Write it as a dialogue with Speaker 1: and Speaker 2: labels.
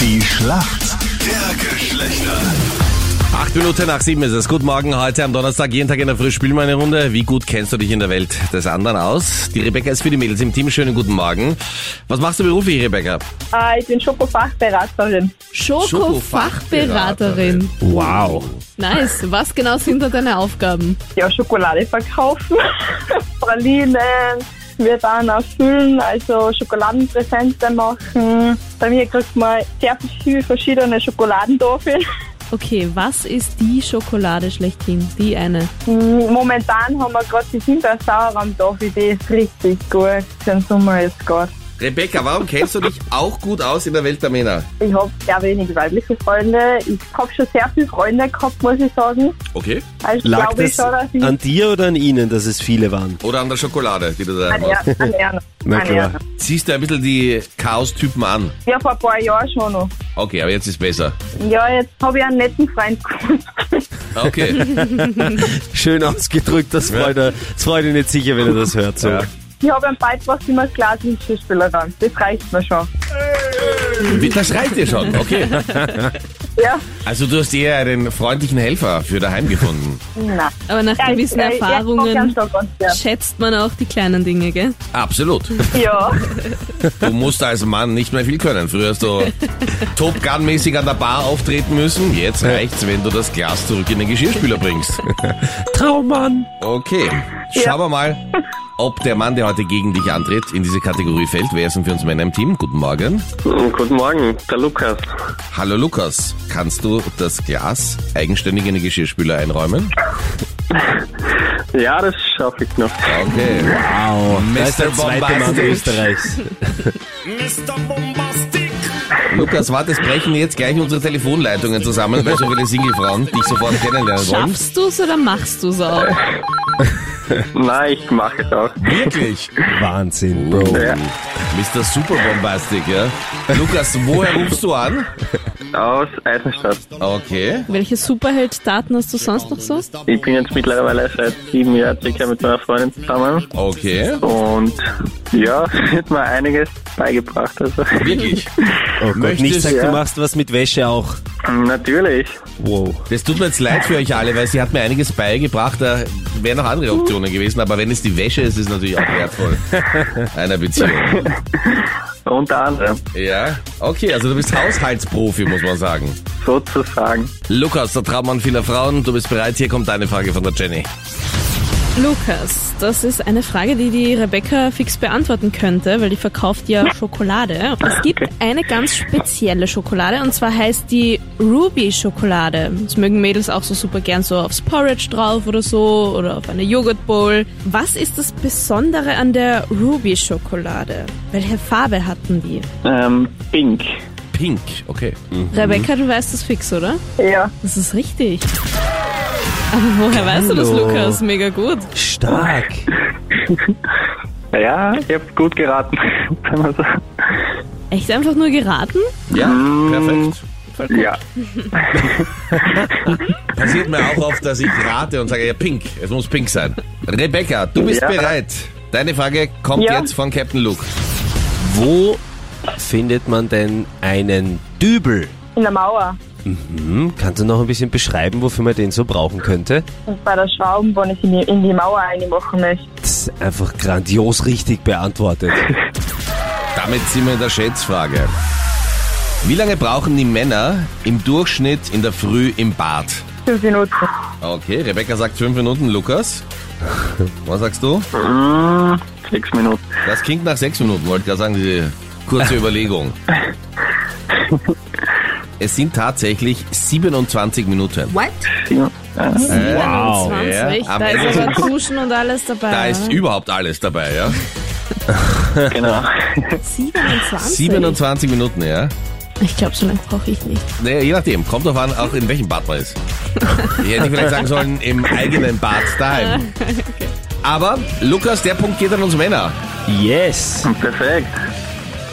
Speaker 1: Die Schlacht der Geschlechter.
Speaker 2: Acht Minuten nach sieben ist es. Guten Morgen heute am Donnerstag. Jeden Tag in der Früh spielen wir eine Runde. Wie gut kennst du dich in der Welt des anderen aus? Die Rebecca ist für die Mädels im Team. Schönen guten Morgen. Was machst du beruflich, Rebecca?
Speaker 3: Ah, ich bin Schokofachberaterin.
Speaker 2: Schoko-Fachberaterin.
Speaker 4: Schoko-Fachberaterin.
Speaker 2: Wow.
Speaker 4: Nice. Was genau sind da deine Aufgaben?
Speaker 3: Ja, Schokolade verkaufen, Pralinen, wir dann erfüllen, also Schokoladenpräsente machen. Bei mir kriegt man sehr viel verschiedene Schokoladentafeln.
Speaker 4: Okay, was ist die Schokolade schlechthin? Die eine.
Speaker 3: Hm, Momentan haben wir gerade die Himbeersauerraumtafel, die ist richtig gut. Für den Sommer ist gerade.
Speaker 2: Rebecca, warum kennst du dich auch gut aus in der Welt der Männer?
Speaker 3: Ich habe sehr wenig weibliche Freunde. Ich habe schon sehr viele Freunde gehabt, muss ich sagen.
Speaker 2: Okay.
Speaker 3: Also
Speaker 5: Lag
Speaker 3: glaube ich
Speaker 5: das
Speaker 3: schon, dass ich
Speaker 5: an dir oder an ihnen, dass es viele waren?
Speaker 2: Oder an der Schokolade, die du da
Speaker 3: an
Speaker 2: machst.
Speaker 3: Erne- an Erne-
Speaker 5: Na
Speaker 3: an
Speaker 5: klar.
Speaker 3: Erne.
Speaker 2: Ziehst du ein bisschen die Chaos-Typen an.
Speaker 3: Ja, vor ein paar Jahren schon noch.
Speaker 2: Okay, aber jetzt ist besser.
Speaker 3: Ja, jetzt habe ich einen netten Freund gefunden.
Speaker 2: Okay.
Speaker 5: Schön ausgedrückt, das freut, er, das freut ihn nicht sicher, wenn er das hört. So.
Speaker 2: Ja.
Speaker 3: Ich habe einen Beitrag immer klar als Schauspielerin. Das reicht mir schon.
Speaker 2: Wie, das reicht dir schon. Okay.
Speaker 3: Ja?
Speaker 2: Also du hast eher einen freundlichen Helfer für daheim gefunden.
Speaker 3: Nein.
Speaker 4: Aber nach
Speaker 3: Ja,
Speaker 4: gewissen
Speaker 3: ich- äh, Ich,
Speaker 4: Erfahrungen
Speaker 3: ich, mag ganz gern.
Speaker 4: schätzt man auch die kleinen Dinge, gell?
Speaker 2: Absolut.
Speaker 3: ja,
Speaker 2: Du musst als Mann nicht mehr viel können. Früher hast du Top Gun-mäßig an der Bar auftreten müssen. Jetzt reicht's, wenn du das Glas zurück in den Geschirrspüler bringst.
Speaker 5: Traummann!
Speaker 2: Okay, schauen wir mal, ob der Mann, der heute gegen dich antritt, in diese Kategorie fällt. Wer ist denn für uns Männer im Team? Guten Morgen.
Speaker 6: Hm, Guten Morgen, der Lukas.
Speaker 2: Hallo Lukas, kannst du das Glas eigenständig in den Geschirrspüler einräumen?
Speaker 6: Ja, das schaffe ich noch.
Speaker 2: Okay.
Speaker 5: Wow, da ist der
Speaker 2: Mr.
Speaker 5: zweite Mann
Speaker 2: Bombastic.
Speaker 5: Österreichs.
Speaker 2: Lukas, warte, es brechen jetzt gleich unsere Telefonleitungen zusammen, weil so viele Singlefrauen dich sofort kennenlernen wollen.
Speaker 4: Schaffst du's oder machst du's auch?
Speaker 6: Nein, ich mache es auch.
Speaker 2: Wirklich?
Speaker 5: Wahnsinn, Bro. Oh
Speaker 6: Ja,
Speaker 2: Mr. Super Bombastic, ja? Lukas, woher rufst du an?
Speaker 6: aus Eisenstadt.
Speaker 2: Okay.
Speaker 4: Welche Superheld-Daten hast du sonst noch so?
Speaker 6: Ich bin jetzt mittlerweile seit sieben Jahren circa mit meiner Freundin zusammen
Speaker 2: Okay.
Speaker 6: und ja, hat mir einiges beigebracht. Also
Speaker 2: Wirklich.
Speaker 5: Oh Gott,
Speaker 2: Möchtest-
Speaker 5: nicht sag,
Speaker 6: ja.
Speaker 5: du machst was mit Wäsche auch.
Speaker 6: natürlich.
Speaker 5: Wow.
Speaker 2: Das tut mir jetzt leid für euch alle, weil sie hat mir einiges beigebracht. Da wären noch andere Optionen gewesen, aber wenn es die Wäsche ist, ist es natürlich auch wertvoll. Einer Beziehung.
Speaker 6: Unter anderem
Speaker 2: Ja. Okay, also du bist Haushaltsprofi, muss man sagen.
Speaker 6: sozusagen.
Speaker 2: Lukas, der Traummann vieler Frauen, du bist bereit. Hier kommt deine Frage von der Jenny.
Speaker 4: Lukas, das ist eine Frage, die die Rebecca fix beantworten könnte, weil die verkauft ja Schokolade. Es gibt eine ganz spezielle Schokolade und zwar heißt die Ruby-Schokolade. Das mögen Mädels auch so super gern so aufs Porridge drauf oder so oder auf eine Joghurt Bowl. Was ist das Besondere an der Ruby-Schokolade? Welche Farbe hatten die?
Speaker 6: Ähm, Pink.
Speaker 2: Pink, okay.
Speaker 4: Rebecca, du weißt das fix, oder?
Speaker 3: ja.
Speaker 4: Das ist richtig. Aber woher weißt du das,
Speaker 5: Hallo.
Speaker 4: Lukas? Mega gut.
Speaker 5: Stark.
Speaker 6: Ja, ich hab gut geraten. Sagen wir so.
Speaker 4: Echt einfach nur geraten?
Speaker 2: Ja, perfekt.
Speaker 6: ja,
Speaker 2: Passiert mir auch oft, dass ich rate und sage, ja, pink. Es muss pink sein. Rebecca, du bist
Speaker 6: Ja.
Speaker 2: bereit. Deine Frage kommt
Speaker 3: Ja.
Speaker 2: jetzt von Captain Luke.
Speaker 5: Wo findet man denn einen Dübel?
Speaker 3: In der Mauer.
Speaker 5: Hm, kannst du noch ein bisschen beschreiben, wofür man den so brauchen könnte?
Speaker 3: Und bei der Schrauben, wenn ich in die, in die Mauer reinmachen möchte.
Speaker 5: Das ist einfach grandios richtig beantwortet.
Speaker 2: Damit sind wir in der Schätzfrage. Wie lange brauchen die Männer im Durchschnitt in der Früh im Bad?
Speaker 3: Fünf Minuten.
Speaker 2: Okay, Rebecca sagt fünf Minuten, Lukas. Was sagst du?
Speaker 6: Mm, sechs Minuten.
Speaker 2: Das klingt nach sechs Minuten, wollte gerade sagen, diese kurze Überlegung. Es sind tatsächlich 27 Minuten.
Speaker 4: What?
Speaker 6: Sieben. Äh,
Speaker 2: Wow.
Speaker 4: 27.
Speaker 2: Ja, am
Speaker 4: da ist
Speaker 2: Ende-
Speaker 4: aber Duschen und alles dabei.
Speaker 2: Da ist
Speaker 4: oder?
Speaker 2: überhaupt alles dabei, ja?
Speaker 6: genau.
Speaker 4: 27.
Speaker 2: 27 Minuten, ja?
Speaker 4: Ich glaube, so lange brauche ich nicht.
Speaker 2: Naja, je nachdem. Kommt drauf an, auch in welchem Bad man ist. Ich hätte vielleicht sagen sollen, im eigenen Bad daheim. Aber, Lukas, der Punkt geht an uns Männer.
Speaker 5: Yes.
Speaker 6: Perfekt.